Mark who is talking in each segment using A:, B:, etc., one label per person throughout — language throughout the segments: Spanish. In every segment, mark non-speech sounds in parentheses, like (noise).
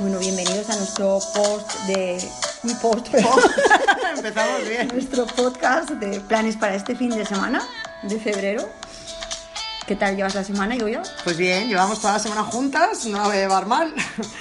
A: Bueno, bienvenidos a nuestro post de. Mi
B: (laughs)
A: post,
B: Empezamos bien.
A: nuestro podcast de planes para este fin de semana de febrero. ¿Qué tal llevas la semana, Yoyo?
B: Pues bien, llevamos toda la semana juntas, no la voy a llevar mal.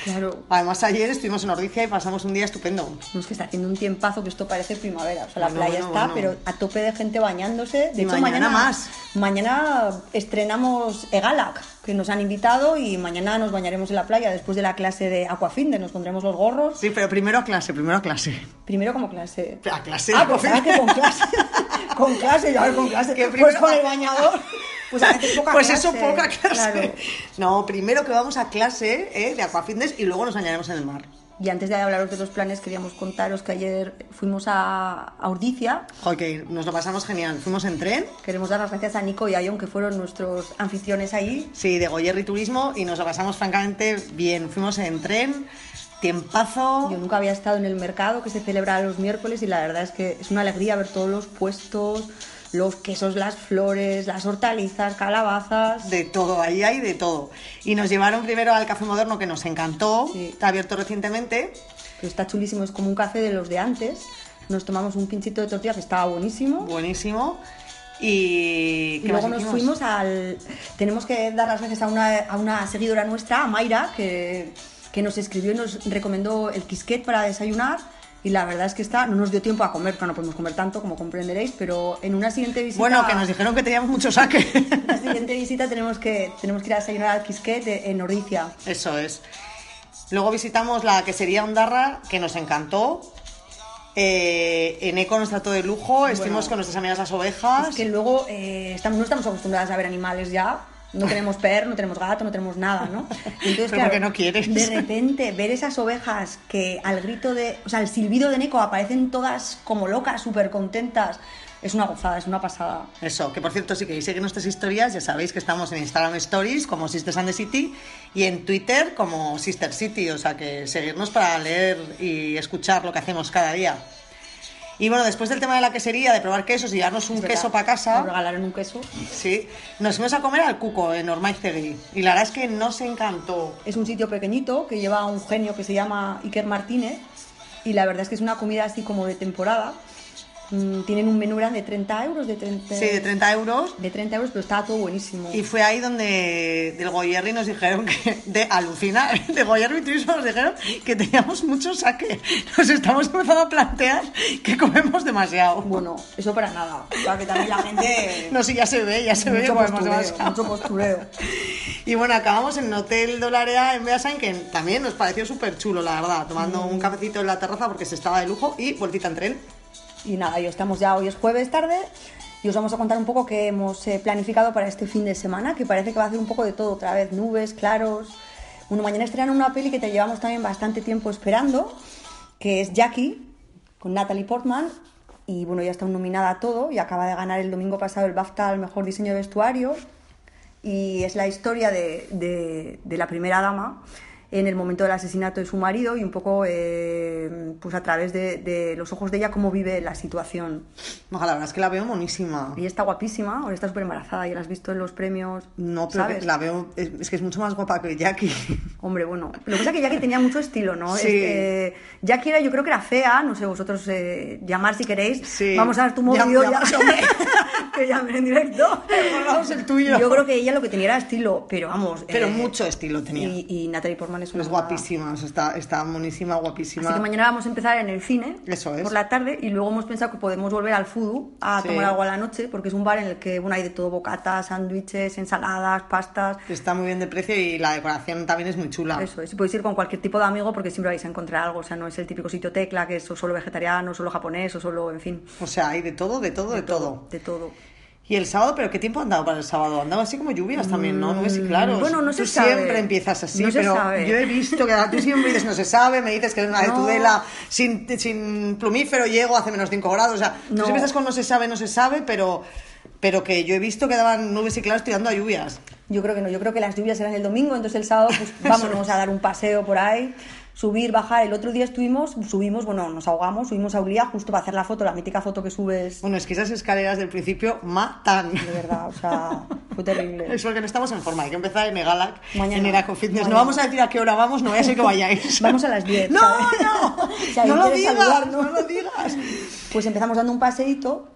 A: Claro.
B: Además, ayer estuvimos en Ordizia y pasamos un día estupendo.
A: No es que está haciendo un tiempazo que esto parece primavera. O sea, la
B: Bueno,
A: playa
B: bueno,
A: está,
B: bueno.
A: pero a tope de gente bañándose. De
B: Y
A: hecho,
B: mañana más.
A: Mañana estrenamos Egalac, que nos han invitado y mañana nos bañaremos en la playa después de la clase de Aquafinder. Nos pondremos los gorros.
B: Sí, pero primero a clase, primero a clase.
A: Primero como clase.
B: A clase.
A: Ah, pues sabes que con clase. (laughs) Con clase, yo a ver, con clase.
B: Que
A: pues
B: primero-
A: con el bañador. Pues a veces poca
B: Pues
A: clase.
B: eso, poca clase.
A: Claro.
B: No, primero que vamos a clase ¿eh? de aquafitness y luego nos añadimos en el mar.
A: Y antes de hablaros de los planes, queríamos contaros que ayer fuimos a, a Ordicia.
B: Joder, nos lo pasamos genial. Fuimos en tren,
A: Queremos dar las gracias a Nico y a Ion, que fueron nuestros anfitriones ahí.
B: sí, de Goyer y Turismo y nos lo pasamos francamente bien. Fuimos en tren, tiempazo.
A: Yo nunca había estado en el mercado que se celebra los miércoles y la verdad es que es una alegría ver todos los puestos, los quesos, las flores, las hortalizas, calabazas.
B: De todo, ahí hay de todo. Y nos llevaron primero al Café Moderno, que nos encantó,
A: Sí.
B: está abierto recientemente.
A: que está chulísimo, es como un café de los de antes. Nos tomamos un pinchito de tortilla que estaba buenísimo.
B: Buenísimo. Y,
A: Y
B: ¿qué
A: luego
B: más
A: nos
B: hicimos?
A: fuimos al... Tenemos que dar las gracias a una, a una seguidora nuestra, a Mayra, que, que nos escribió y nos recomendó el quisquet para desayunar. Y la verdad es que está, no nos dio tiempo a comer, porque no podemos comer tanto, como comprenderéis, pero en una siguiente visita...
B: Bueno, que nos dijeron que teníamos mucho saque. (laughs)
A: en la siguiente visita tenemos que, tenemos que ir a desayunar al quisquet de- en Ordicia.
B: Eso es. Luego visitamos la quesería Ondarra, que nos encantó. Eh, en Eco nos trató de lujo, estuvimos con nuestras amigas las ovejas.
A: Es que luego eh, estamos, no estamos acostumbradas a ver animales ya. No tenemos perro, no tenemos gato, no tenemos nada, ¿no? Y Entonces,
B: (laughs) Pero porque no quieres.
A: De repente, ver esas ovejas que al grito de. O sea, al silbido de Neko aparecen todas como locas, súper contentas. Es una gozada, es una pasada.
B: Eso, que por cierto, si queréis seguir nuestras historias, ya sabéis que estamos en Instagram Stories como Sisters and the City y en Twitter como Sister City, o sea que seguirnos para leer y escuchar lo que hacemos cada día. Y bueno, después del tema de la quesería, de probar quesos y llevarnos un
A: Es verdad,
B: queso para
A: Nos
B: casa,
A: regalaron un queso.
B: sí, nos fuimos a comer al Cuco en Ormaiztegui y la verdad es que nos encantó.
A: Es un sitio pequeñito que lleva a un genio que se llama Iker Martínez y la verdad es que es una comida así como de temporada. Mm, tienen un menú grande de 30 euros, de 30,
B: Sí, de 30 euros.
A: de 30 euros, pero estaba todo buenísimo.
B: Y fue ahí donde del Goyerri nos dijeron que, de alucina, (laughs) de Goyerri y Turismo nos dijeron que teníamos mucho saque. Nos estamos empezando a plantear que comemos demasiado.
A: Bueno, eso para nada. Para que también la gente.
B: (laughs) No, sí, ya se ve, ya se ve,
A: mucho,
B: comemos
A: postureo,
B: demasiado.
A: mucho postureo.
B: Y bueno, acabamos en el Hotel Dolarea en Beasain, que también nos pareció súper chulo, la verdad, tomando un cafecito en la terraza porque se estaba de lujo y vueltita en tren.
A: Y nada, y estamos ya, hoy es jueves tarde. Y os vamos a contar un poco qué hemos eh, planificado para este fin de semana, que parece que va a hacer un poco de todo otra vez: nubes, claros. Bueno, mañana estrenan una peli que te llevamos también bastante tiempo esperando, que es Jackie, con Natalie Portman. Y bueno, ya está nominada a todo y acaba de ganar el domingo pasado el BAFTA al mejor diseño de vestuario. y es la historia de, de- de la primera dama en el momento del asesinato de su marido y un poco eh, pues a través de, de los ojos de ella cómo vive la situación.
B: Ojalá, la verdad es que la veo monísima.
A: Ella está guapísima, ahora está súper embarazada, ya la has visto en los premios.
B: No, pero
A: ¿sabes?
B: la veo, es, es que es mucho más guapa
A: (laughs)
B: que Jackie.
A: Hombre, bueno, lo que pasa es que Jackie tenía mucho estilo, ¿no?
B: Sí.
A: Este, Jackie era, yo creo que era fea, no sé, vosotros eh, llamar si queréis.
B: Sí.
A: Vamos a dar tu
B: Llam-
A: móvil, yo
B: llamar,
A: ya-
B: hombre.
A: (laughs) que llamen en
B: (laughs)
A: directo.
B: Recordamos el tuyo.
A: Yo creo que ella lo que tenía era estilo, pero vamos.
B: Pero
A: eh,
B: mucho estilo tenía.
A: Y, y Natalie Portman es una
B: Es guapísima, o sea, está, está monísima, guapísima.
A: Ah. Así que mañana vamos a empezar en el cine
B: Eso es.
A: por la tarde y luego hemos pensado que podemos volver al Fudu a
B: Sí.
A: tomar algo a la noche porque es un bar en el que bueno, hay de todo, bocatas, sándwiches, ensaladas, pastas.
B: Está muy bien de precio y la decoración también es muy chula.
A: Eso es, y podéis ir con cualquier tipo de amigo porque siempre vais a encontrar algo, o sea, no es el típico sitio tecla que es o solo vegetariano, o solo japonés, o solo, en fin,
B: O sea, hay de todo, de todo, de, todo.
A: de todo.
B: Y el sábado, ¿pero qué tiempo han dado para el sábado? Han dado así como lluvias también, ¿no? Nubes y claros.
A: Mm, bueno, no se
B: Tú
A: sabe.
B: siempre empiezas así,
A: No se
B: pero
A: sabe.
B: yo he visto que tú siempre dices, no se sabe, me dices que es una de
A: No.
B: Tudela sin, sin plumífero, llego, hace menos 5 grados. O sea, tú
A: No.
B: siempre estás con no se sabe, no se sabe, pero, pero que yo he visto que daban nubes y claros tirando a lluvias.
A: Yo creo que no, yo creo que las lluvias eran el domingo, entonces el sábado (laughs) pues vámonos a dar un paseo por ahí, subir, bajar. El otro día estuvimos, subimos, bueno, nos ahogamos, subimos a Ulia justo para hacer la foto, la mítica foto que subes
B: Bueno, es que esas escaleras del principio matan.
A: De verdad, o sea, Fue terrible.
B: Es porque no estamos en forma, hay que empezar en Megalac,
A: Mañana.
B: en Eraco Fitness.
A: Mañana.
B: No vamos a decir a qué hora vamos, no voy a ser que
A: (laughs)
B: vayáis.
A: Vamos a las 10.
B: ¡No,
A: ¿sabes?
B: no!
A: (laughs) Si alguien
B: ¡No lo
A: quiere
B: digas!
A: saludarnos.
B: ¡No lo digas!
A: (laughs) Pues empezamos dando un paseíto.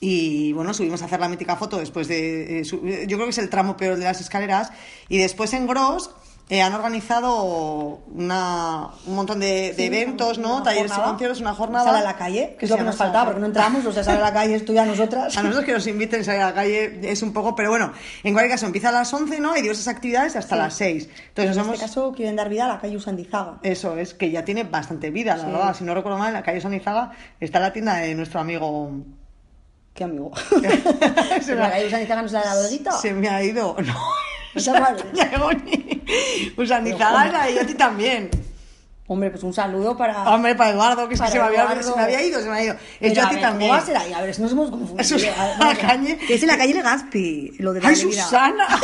B: Y bueno, subimos a hacer la mítica foto después de. eh, su- eh, yo creo que es el tramo peor de las escaleras. Y después en Gross. eh, han organizado una- un montón de, de
A: Sí,
B: eventos,
A: una
B: ¿no? Talleres y
A: jornada.
B: conciertos, una jornada.
A: Sal a la calle, que es lo
B: se
A: que
B: llama
A: nos faltaba,
B: Sal a la
A: porque no entramos, o sea, sal a la calle es tuya a (laughs) nosotras.
B: A nosotros que nos inviten a salir a la calle es un poco, pero bueno, en cualquier caso empieza a las 11, ¿no? Hay diversas actividades hasta
A: Sí.
B: las 6.
A: En
B: Entonces nos
A: este
B: hemos...
A: caso quieren dar vida a la calle (laughs) Usandizaga.
B: Eso es, que ya tiene bastante vida, la
A: Sí.
B: verdad. Si no recuerdo mal, en la calle Sanizaga está la tienda de nuestro amigo...
A: Qué (laughs) amigo.
B: Se
A: Pero
B: me
A: la
B: ha-
A: calle Usandizaga no es la de la droguita.
B: Se me ha ido... (laughs) No,
A: Esa vale.
B: Pues Sanizaga
A: joder.
B: es la- y a ti también.
A: Hombre, pues un saludo para.
B: Hombre, para Eduardo, que es que
A: Para
B: se me, había,
A: Eduardo. Pues
B: se me había ido, se me había ido. Es
A: Pero,
B: yo a
A: a
B: ti
A: ver,
B: también.
A: ¿Cómo va a ser ahí? A ver, si nos hemos confundido.
B: Eso es
A: A ver,
B: la
A: vamos a ver.
B: calle.
A: Que es en la calle Legazpi, lo de la
B: ¡Ay,
A: bebida.
B: Susana! (laughs)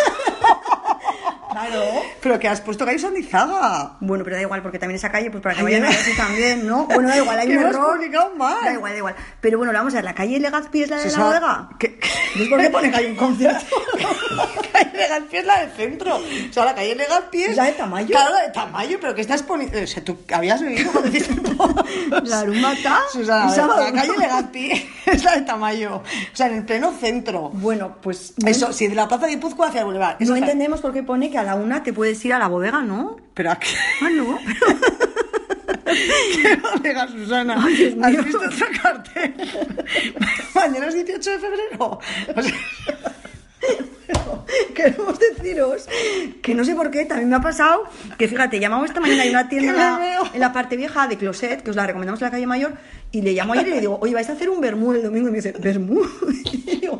A: Claro.
B: Pero que has puesto calle Sanizaga.
A: Bueno, pero da igual, porque también esa calle, pues para que
B: Ay,
A: vayan a
B: mira.
A: ver si también, (laughs) ¿no? Bueno, da igual, hay
B: (laughs) Que
A: un
B: me has
A: error.
B: comunicado mal.
A: Da igual, da igual. Pero bueno, vamos a ver, ¿la calle Legazpi es la de la
B: Susana,
A: bodega?
B: ¿qué- qué?
A: ¿Ves por qué pone que hay un concierto?
B: (laughs) calle Legazpi es la del centro. O sea, la calle Legazpi es...
A: ¿La de Tamayo?
B: Claro, la de Tamayo, pero que estás poniendo... O sea, tú habías vivido cuando hiciste
A: (laughs)
B: todo.
A: La Arumata,
B: Susana, a ver,
A: sábado,
B: la calle
A: ¿no?
B: Legazpi (laughs) es la de Tamayo. O sea, en el pleno centro.
A: (laughs) Bueno, pues no,
B: Eso, sí, de la plaza de Puzco hacia el Boulevard.
A: no
B: Eso está-
A: entendemos por qué pone que a la una te puedes ir a la bodega, ¿no?
B: Pero (laughs) aquí...
A: Ah, no.
B: ¿Qué bodega, Susana?
A: Ay, Dios
B: ¿Has
A: mío.
B: visto otro cartel? (laughs) Mañana es 18 de febrero. O sea,
A: (laughs) Queremos deciros que no sé por qué, también me ha pasado que fíjate, llamamos esta mañana, hay (laughs) una tienda
B: Que me veo.
A: en la parte vieja de Closet, que os la recomendamos en la calle Mayor, y le llamo ayer y le digo, oye, vais a hacer un vermú el domingo, y me dice, ¿vermú? (laughs) Y digo,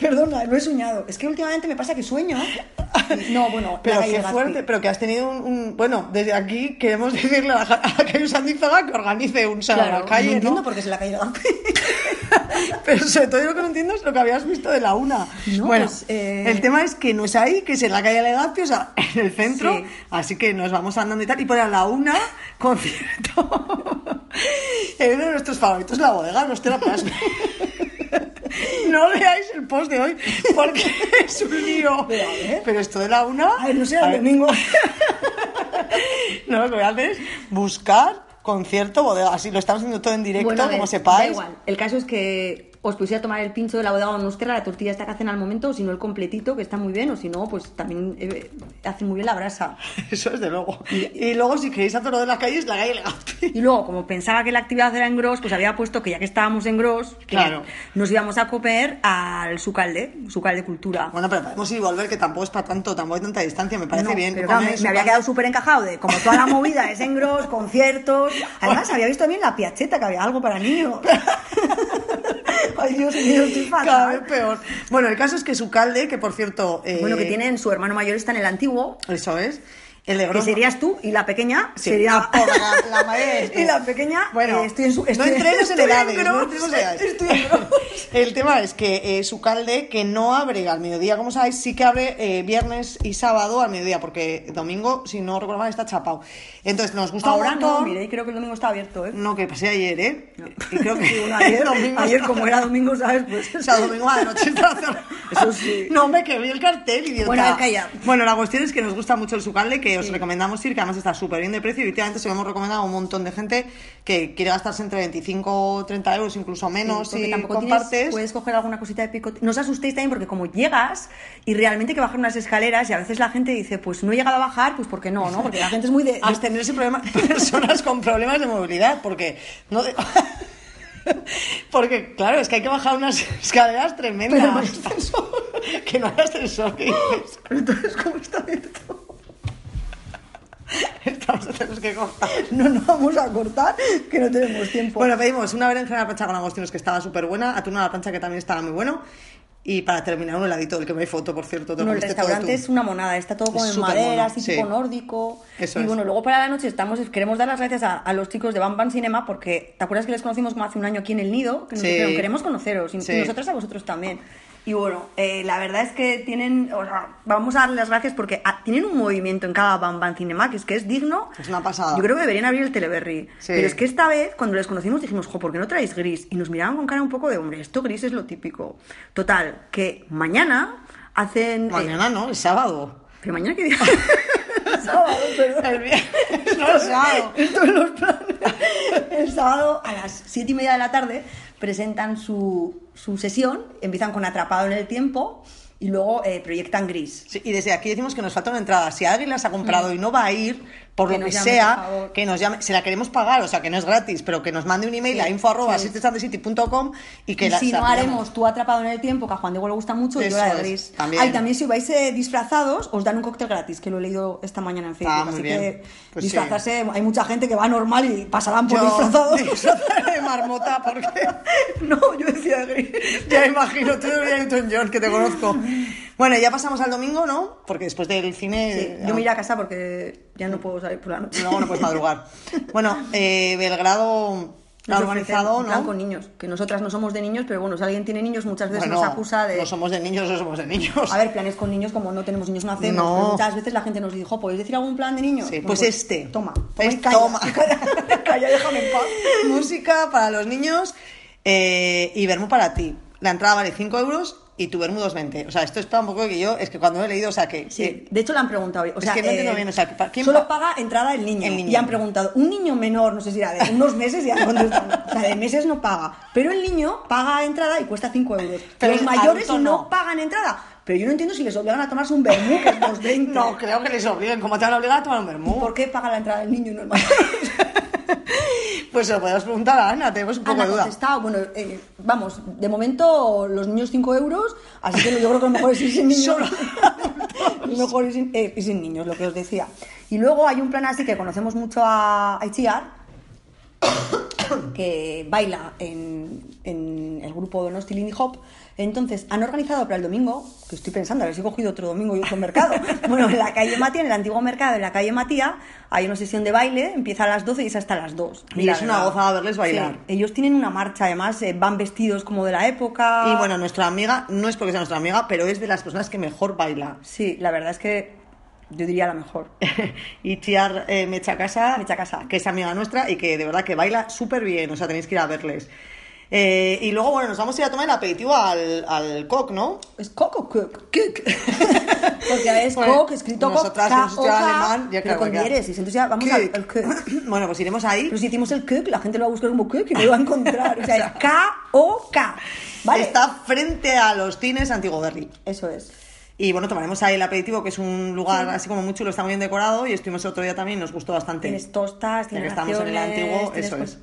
A: perdona, no he soñado, es que últimamente me pasa que sueño. Y- (laughs) No, bueno, la
B: Pero
A: calle
B: qué
A: Legazpi.
B: fuerte, pero que has tenido un, un- Bueno, desde aquí queremos (laughs) decirle a la, a la calle Sandizaga que organice un sábado
A: Claro,
B: a la calle,
A: no
B: ¿no?
A: entiendo por qué es en la calle Legazpi.
B: (laughs) Pero sobre todo yo lo que no entiendo es lo que habías visto de la una.
A: No,
B: bueno,
A: pues, eh,
B: el tema es que no es ahí, que es en la calle Legazpi, o sea, (laughs) en el centro,
A: Sí.
B: así que nos vamos andando y tal, y por a la una, (laughs) concierto. (laughs) en uno de nuestros favoritos, la bodega, los terapias. (laughs) No leáis el post de hoy porque (laughs) es un lío.
A: Pero a ver.
B: Pero esto de la una.
A: Ay, no
B: a
A: será el
B: ver.
A: domingo.
B: No, lo que voy a hacer es buscar concierto, bodega. Así lo estamos haciendo todo en directo,
A: Bueno, a ver,
B: como sepáis.
A: Da igual. El caso es que os pusiera a tomar el pincho de la bodega donostera, la tortilla esta que hacen al momento, o si no el completito, que está muy bien, o si no, pues también eh, hacen muy bien la brasa.
B: (laughs) Eso es de luego. Y luego, si queréis hacer lo de las calles, la calle Legazpi.
A: Y luego, como pensaba que la actividad era en Gros, pues había puesto que ya que estábamos en Gros, que
B: Claro.
A: nos íbamos a comer al Sucalde, Sucalde Cultura.
B: Bueno, pero podemos ir y volver, que tampoco es para tanto, tampoco hay tanta distancia, me parece
A: No,
B: bien.
A: pero claro, me,
B: Comer,
A: me había
B: sopar.
A: quedado súper encajado de como toda la movida es en Gros, conciertos. Además, había visto también la piacheta, que había algo para
B: (laughs)
A: niños. Ay, Dios mío, estoy
B: Cada
A: fatal.
B: vez peor. Bueno, el caso es que su calde, que por cierto. eh,
A: Bueno, que tienen su hermano mayor está en el antiguo,
B: Eso es. El de
A: que
B: Grosso.
A: serías tú y la pequeña
B: Sí,
A: sería (laughs)
B: la pobre, la- la madre de tú.
A: y la pequeña
B: Bueno,
A: eh, estoy en su
B: no
A: estoy-
B: entremos
A: (laughs)
B: en
A: estoy
B: edades, no
A: Gros,
B: entremos en edades.
A: estoy en Gros.
B: (laughs) El tema es que eh, su calde, que no abre al mediodía, como sabéis, sí que abre eh, viernes y sábado al mediodía, porque domingo, si no recuerdo mal, está chapado. Entonces, nos gusta un
A: Ahora no,
B: montón.
A: mire, y creo que el domingo está abierto, ¿eh?
B: No, que pasé ayer, ¿eh? Y creo que
A: Sí, (laughs) bueno,
B: (laughs)
A: ayer,
B: domingo
A: ayer
B: está- Eh,
A: como era domingo, ¿sabes? Pues
B: (laughs) O sea, domingo a la noche estaba cerrado.
A: Eso sí.
B: No, hombre, que vi el cartel, idiota.
A: Bueno, a ver, calla.
B: Bueno, la cuestión es que nos gusta mucho el sucalde, que os recomendamos ir, que además está súper bien de precio. Y últimamente se lo hemos recomendado a un montón de gente que quiere gastarse entre 25 o 30 euros, incluso menos,
A: porque
B: si
A: tampoco
B: compartes.
A: tienes- puedes coger alguna cosita de picote. No os asustéis también porque como llegas y realmente hay que bajar unas escaleras y a veces la gente dice, pues no he llegado a bajar, pues porque no, ¿no? Porque la gente es muy
B: (laughs)
A: de...
B: Hasta tener ese problema, personas con problemas de movilidad, porque no de- (laughs) Porque, claro, es que hay que bajar unas escaleras tremendas.
A: Pero no hay
B: (laughs) que no hay ascensor, que (gasps) dices.
A: Entonces, ¿cómo está abierto?
B: Estamos, tenemos que cortar.
A: No, no vamos a cortar, que no tenemos tiempo.
B: Bueno, pedimos una berenjena a la plancha con agostinos que estaba súper buena, atún a la plancha que también estaba muy bueno. Y para terminar, un heladito del que me hay foto, por cierto. te lo
A: No, el
B: comiste todo
A: restaurante
B: tú.
A: es una monada, está todo como
B: Es
A: en
B: súper
A: madera,
B: mono,
A: así
B: sí.
A: tipo nórdico.
B: Eso
A: y
B: es.
A: bueno, luego para la noche estamos, queremos dar las gracias a, a los chicos de Bam Bam Cinema porque te acuerdas que les conocimos como hace un año aquí en el nido, que nos
B: Sí.
A: dijeron queremos conoceros y,
B: Sí.
A: nosotros a vosotros también. Y bueno, eh, la verdad es que tienen, o sea, vamos a darles las gracias porque ah, tienen un movimiento en cada Bam Bam Cinema que es que es digno.
B: Es una pasada.
A: Yo creo que deberían abrir el Teleberry.
B: Ah. Sí.
A: Pero es que esta vez, cuando les conocimos, dijimos, jo, ¿por qué no traéis gris? Y nos miraban con cara un poco de, hombre, esto gris es lo típico. Total, que mañana hacen... eh,
B: Mañana no, el sábado.
A: ¿Pero mañana qué día? Sábado, (laughs) perdón.
B: El viernes, no, el sábado.
A: (laughs) Esto en los planes. El sábado a las siete y media de la tarde presentan su, su sesión, empiezan con Atrapado en el Tiempo y luego eh, proyectan Gris.
B: Sí, y desde aquí decimos que nos falta una entrada. Si alguien las ha comprado y no va a ir,
A: Mm.
B: por
A: Que
B: lo
A: nos
B: que
A: llame, por
B: sea,
A: favor.
B: que nos llame. Se la queremos pagar, o sea, que no es gratis, pero que nos mande un email
A: Sí,
B: a info arroba
A: sí.
B: asistentsandecity.com y
A: Y
B: que la
A: si no
B: la-
A: haremos tú Atrapado en el Tiempo, que a Juan Diego le gusta mucho, y yo
B: Eso
A: la
B: es,
A: de Gris.
B: también.
A: Ah, y también si vais eh, disfrazados, os dan un cóctel gratis, que lo he leído esta mañana en Facebook.
B: Ah, muy
A: así
B: bien.
A: que
B: Pues sí.
A: disfrazarse, hay mucha gente que va normal y pasarán por
B: (laughs) (laughs) Yo
A: disfrazados.
B: disfrazaré de marmota porque
A: (laughs)
B: (laughs)
A: no, yo decía Gris.
B: ya imagino tú y Elton John que te conozco. Bueno, ya pasamos al domingo, ¿no? Porque después del cine... eh,
A: Sí, yo me iré a casa porque ya no puedo salir por la noche. (laughs)
B: Luego no puedes madrugar. Bueno, eh, Belgrado ha
A: Nos
B: organizado,
A: ofrecen plan
B: ¿no?
A: con niños, que nosotras no somos de niños, pero bueno, si alguien tiene niños muchas veces
B: Bueno,
A: nos acusa de...
B: No somos de niños, no somos de niños.
A: A ver, planes con niños, como no tenemos niños, no hacemos.
B: No.
A: pero Muchas veces la gente nos dijo, ¿podéis decir algún plan de niños?
B: Sí,
A: Bueno,
B: pues este.
A: Toma,
B: Es-
A: toma y (laughs) calla.
B: toma.
A: Calla, déjame en paz.
B: (laughs) Música para los niños eh, y Bermú para ti. La entrada vale 5 euros y tu Bermú 2,20. O sea, esto es para un poco que yo, es que cuando he leído, o sea, que
A: Sí,
B: eh,
A: de hecho le han preguntado, o
B: Es
A: sea, eh,
B: que no entiendo bien, o sea, ¿para quién
A: solo
B: pa-
A: paga entrada el niño,
B: El niño.
A: Y han preguntado, un niño menor, no sé si era de unos meses, ya contestan, o sea, de meses no paga, pero el niño paga entrada y cuesta 5 euros.
B: Pero
A: Los
B: el
A: mayores
B: adulto
A: no.
B: no.
A: pagan entrada, pero yo no entiendo si les obligan a tomarse un vermú que es 2.20.
B: eh, (laughs) no creo que les obliguen. ¿Cómo te van a obligar a tomar un Bermú?
A: ¿Por qué paga la entrada el niño y no el mayor?
B: (laughs) Pues se lo podemos preguntar a Ana, tenemos un poco
A: Ana
B: de duda.
A: contestado, bueno, eh, vamos, de momento los niños 5 euros, así que yo creo que lo mejor es ir
B: (laughs)
A: sin niños.
B: Solo
A: (laughs) lo mejor es sin, eh, ir sin niños, lo que os decía. Y luego hay un plan así que conocemos mucho a, a Itziar, que baila en, en el grupo Donosti Lindy Hop. Entonces, han organizado para el domingo, que estoy pensando, a ver si he cogido otro domingo y otro mercado.
B: (laughs)
A: bueno, en la calle Matía, en el antiguo mercado, en la calle Matía, hay una sesión de baile, empieza a las 12 y es hasta las 2.
B: Y
A: la
B: es una
A: verdad-
B: gozada verles bailar.
A: Sí, ellos tienen una marcha, además, eh, van vestidos como de la época.
B: Y bueno, nuestra amiga, no es porque sea nuestra amiga, pero es de las personas que mejor baila. (laughs)
A: Sí, la verdad es que yo diría la mejor.
B: y Chiar eh, Mechacasa,
A: Mechacasa.
B: que es amiga nuestra y que de verdad que baila súper bien, o sea, tenéis que ir a verles. Eh, y luego, bueno, nos vamos a ir a tomar el aperitivo al, al Coq, ¿no?
A: Es Coco Cook. Cook. (laughs) Porque es
B: Bueno,
A: Cook, escrito Cook.
B: Pues, nosotras hemos estudiado alemán,
A: pero
B: ya claro,
A: con
B: ya.
A: dieres, y entonces ya vamos al
B: Cook.
A: al Cook.
B: (coughs) bueno, pues iremos ahí.
A: Pero si hicimos el Cook, la gente lo va a buscar como Cook y no lo
B: (laughs)
A: va a encontrar. O sea, es K-O-K. ¿Vale?
B: Está frente a los cines Antiguo Berry.
A: Eso es.
B: Y bueno, tomaremos ahí el aperitivo, que es un lugar así como muy chulo, está muy bien decorado y estuvimos el otro día también y nos gustó bastante.
A: Tienes tostas,
B: Ya que
A: tienes
B: estamos en el
A: raciones,
B: antiguo,
A: tienes
B: eso
A: cos-
B: es.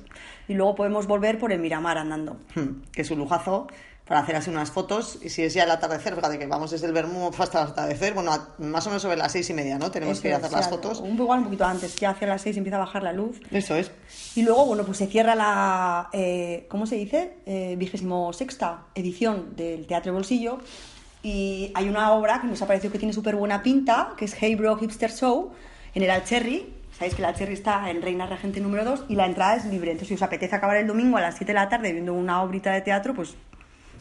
A: Y luego podemos volver por el Miramar andando.
B: Hmm, que es un lujazo para hacer así unas fotos. Y si es ya el atardecer, fíjate que vamos desde el Bermú hasta el atardecer, bueno, a- más o menos sobre las seis y media, ¿no? Tenemos
A: Eso
B: que ir a
A: es,
B: hacer las
A: ya,
B: fotos.
A: Un, igual un poquito antes, ya hacia las 6 empieza a bajar la luz.
B: Eso es.
A: Y luego, bueno, pues se cierra la, eh, ¿cómo se dice? Eh, vigésimo sexta edición del Teatro Bolsillo. Y hay una obra que nos ha parecido que tiene súper buena pinta, que es Hey Bro Hipster Show, en el Alcherry. Sabéis que el Alcherry está en Reina Regente número 2 y la entrada es libre. Entonces, si os apetece acabar el domingo a las 7 de la tarde viendo una obrita de teatro, pues,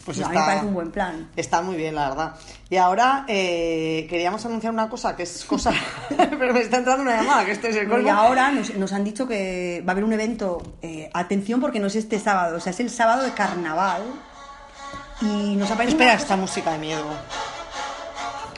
B: Pues
A: no, a mí me
B: está-
A: parece un buen plan.
B: Está muy bien, la verdad. Y ahora eh, queríamos anunciar una cosa, que es cosa... (laughs) Pero me está entrando una llamada, que esto es el
A: Bueno,
B: colmo.
A: y ahora nos, nos han dicho que va a haber un evento, eh, atención porque no es este sábado, o sea, es el sábado de carnaval. Y nos ha parecido
B: Espera
A: una
B: esta música de miedo.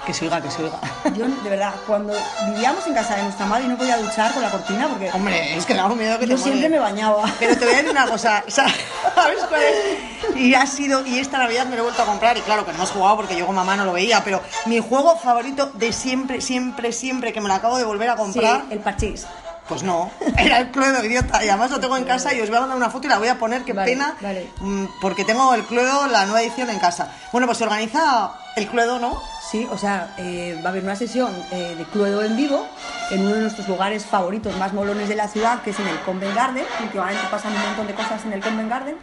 B: Que se oiga, que se oiga.
A: cosa- Yo, de verdad, cuando vivíamos en casa de nuestra madre y no podía duchar con la cortina porque
B: Hombre, es que le hago miedo que te
A: yo siempre me
B: mueres.
A: bañaba.
B: Pero te voy a decir una cosa, o sea, (laughs) ¿sabes cuál es? Y ha sido, y esta Navidad me lo he vuelto a comprar, y claro que no hemos jugado porque yo con mamá no lo veía, pero mi juego favorito de siempre, siempre, siempre que me lo acabo de volver a
A: Sí,
B: comprar,
A: el parchís.
B: pues no, era el Cluedo, idiota, y además lo tengo en casa y os voy a mandar una foto y la voy a poner, qué
A: Vale,
B: pena,
A: vale.
B: mm, porque tengo el Cluedo, la nueva edición en casa. Bueno, pues se organiza el Cluedo, ¿no?
A: Sí, o sea, eh, va a haber una sesión eh, de Cluedo en vivo en uno de nuestros lugares favoritos más molones de la ciudad, que es en el Convent Garden. Últimamente pasan un montón de cosas en el Convent Garden.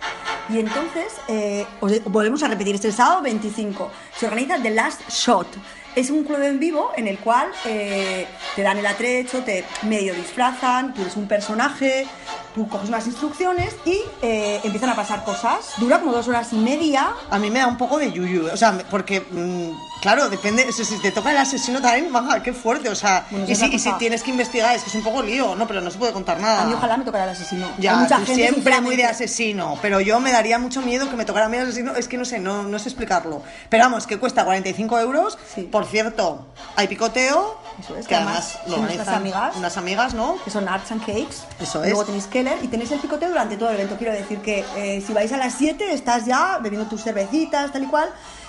A: Y entonces, eh, os de- volvemos a repetir, este sábado 25 se organiza The Last Shot. Es un club en vivo en el cual eh, te dan el atrecho, te medio disfrazan, tú eres un personaje, tú coges unas instrucciones y eh, empiezan a pasar cosas. Dura como dos horas y media.
B: A mí me da un poco de yuyu, ¿eh? o sea, porque, mm, claro, depende, o sea, si te toca el asesino también, (laughs) maja, qué fuerte, o sea,
A: Bueno,
B: y,
A: esa
B: si,
A: es la
B: y si
A: cosa.
B: tienes que investigar, es que es un poco lío, no, pero no se puede contar nada.
A: A mí ojalá me tocara el asesino.
B: Ya,
A: Hay mucha
B: tú
A: gente,
B: siempre muy de
A: sinceramente,
B: asesino, pero yo me daría mucho miedo que me tocara a mí el asesino, es que no sé, no, no sé explicarlo. Pero vamos, que cuesta 45 euros,
A: Sí.
B: por cierto, hay picoteo,
A: Eso es,
B: que
A: que
B: además
A: además
B: lo
A: son nuestras
B: organizan
A: amigas.
B: unas amigas, ¿no?
A: que son Arts and Cakes.
B: Eso
A: Luego
B: es.
A: tenéis Keller y tenéis el picoteo durante todo el evento. Quiero decir que eh, si vais a las 7 estás ya bebiendo tus cervecitas, tal y cual.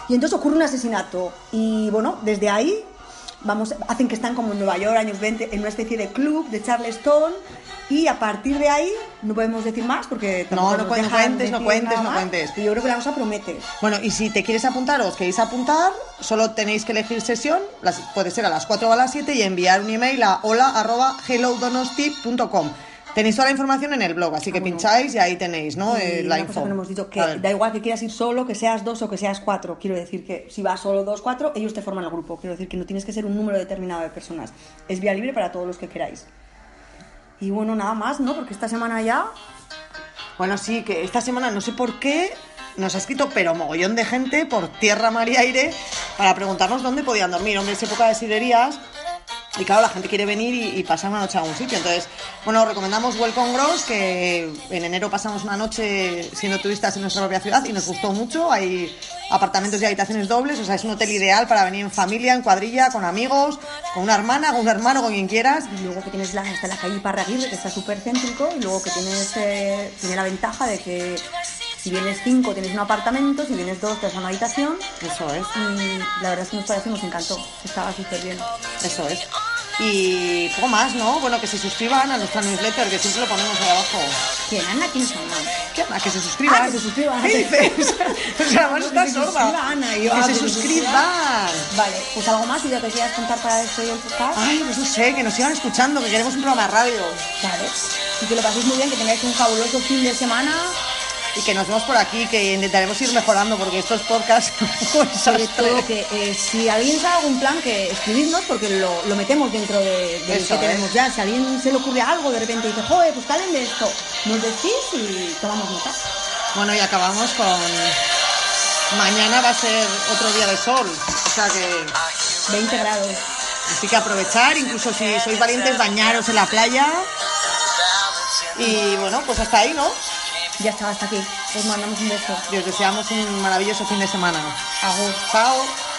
A: Y entonces ocurre un asesinato. Y bueno, desde ahí vamos, hacen que están como en Nueva York, años 20, en una especie de club de Charleston. Y a partir de ahí no podemos decir más porque tampoco
B: No, no
A: nos
B: cuentes,
A: dejan
B: cuentes, no
A: decir
B: cuentes,
A: nada
B: no
A: más.
B: cuentes.
A: Pero yo creo que la cosa promete.
B: Bueno, y si te quieres apuntar o os queréis apuntar, solo tenéis que elegir sesión, las- puede ser a las 4 o a las 7 y enviar un email a hola.hellodonosti.com. Tenéis toda la información en el blog, así que pincháis y ahí tenéis, ¿no?
A: Y
B: Eh, la
A: una cosa
B: info.
A: que no hemos dicho, que
B: A ver.
A: da igual que quieras ir solo, que seas dos o que seas cuatro. Quiero decir que si vas solo dos, cuatro, ellos te forman el grupo. Quiero decir que no tienes que ser un número determinado de personas. Es vía libre para todos los que queráis. Y bueno, nada más, ¿no? Porque esta semana ya...
B: Bueno, sí, que esta semana no sé por qué nos ha escrito pero mogollón de gente por tierra, mar y aire para preguntarnos dónde podían dormir. Hombre, es época de siderías y claro, la gente quiere venir y, y pasar una noche a algún sitio. Entonces, bueno, recomendamos Welcome Gross, que en enero pasamos una noche siendo turistas en nuestra propia ciudad y nos gustó mucho. Hay apartamentos y habitaciones dobles, o sea, es un hotel ideal para venir en familia, en cuadrilla, con amigos, con una hermana, con un hermano, con quien quieras.
A: Y luego que tienes la, hasta la calle Parraguirre, que está súper céntrico, y luego que tienes eh, tiene la ventaja de que si vienes cinco tienes un apartamento, si vienes dos te das una habitación.
B: Eso es.
A: Y la verdad es que nos pareció, nos encantó. Estaba súper bien.
B: Eso es. Y poco más, ¿no? Bueno, que se suscriban a nuestra newsletter, que siempre lo ponemos ahí abajo.
A: ¿Quién? Ana, ¿quién es Ana?
B: ¿Qué? A que se suscriban.
A: Ah, que se suscriban.
B: ¿Qué
A: (laughs)
B: dices? (laughs) o sea, además
A: No, que
B: estás
A: se
B: sorda.
A: suscriba, Ana, y yo,
B: que
A: ah,
B: se
A: que se
B: suscriban.
A: Vale, pues algo más y ya te quieras contar para despedir el podcast.
B: Ay, pues no sé, que nos sigan escuchando, que queremos un programa de radio.
A: Vale. Y que lo paséis muy bien, que tengáis un fabuloso fin de semana.
B: Y que nos vemos por aquí, que intentaremos ir mejorando, porque estos podcasts son (laughs) un
A: Sobre
B: desastre.
A: todo que eh, si alguien sabe algún plan, que escribidnos porque lo, lo metemos dentro de, de lo
B: Eso,
A: que tenemos
B: ¿eh?
A: ya. Si a alguien se le ocurre algo de repente dice, joder, pues calen de esto, nos decís y tomamos nota.
B: Bueno, y acabamos con... Mañana va a ser otro día de sol, o sea que...
A: 20 grados.
B: Así que aprovechar, incluso si sois valientes, bañaros en la playa. Y bueno, pues hasta ahí, ¿no?
A: Ya está, hasta aquí. Os mandamos un beso.
B: Y os deseamos un maravilloso fin de semana.
A: Agur.
B: Chao.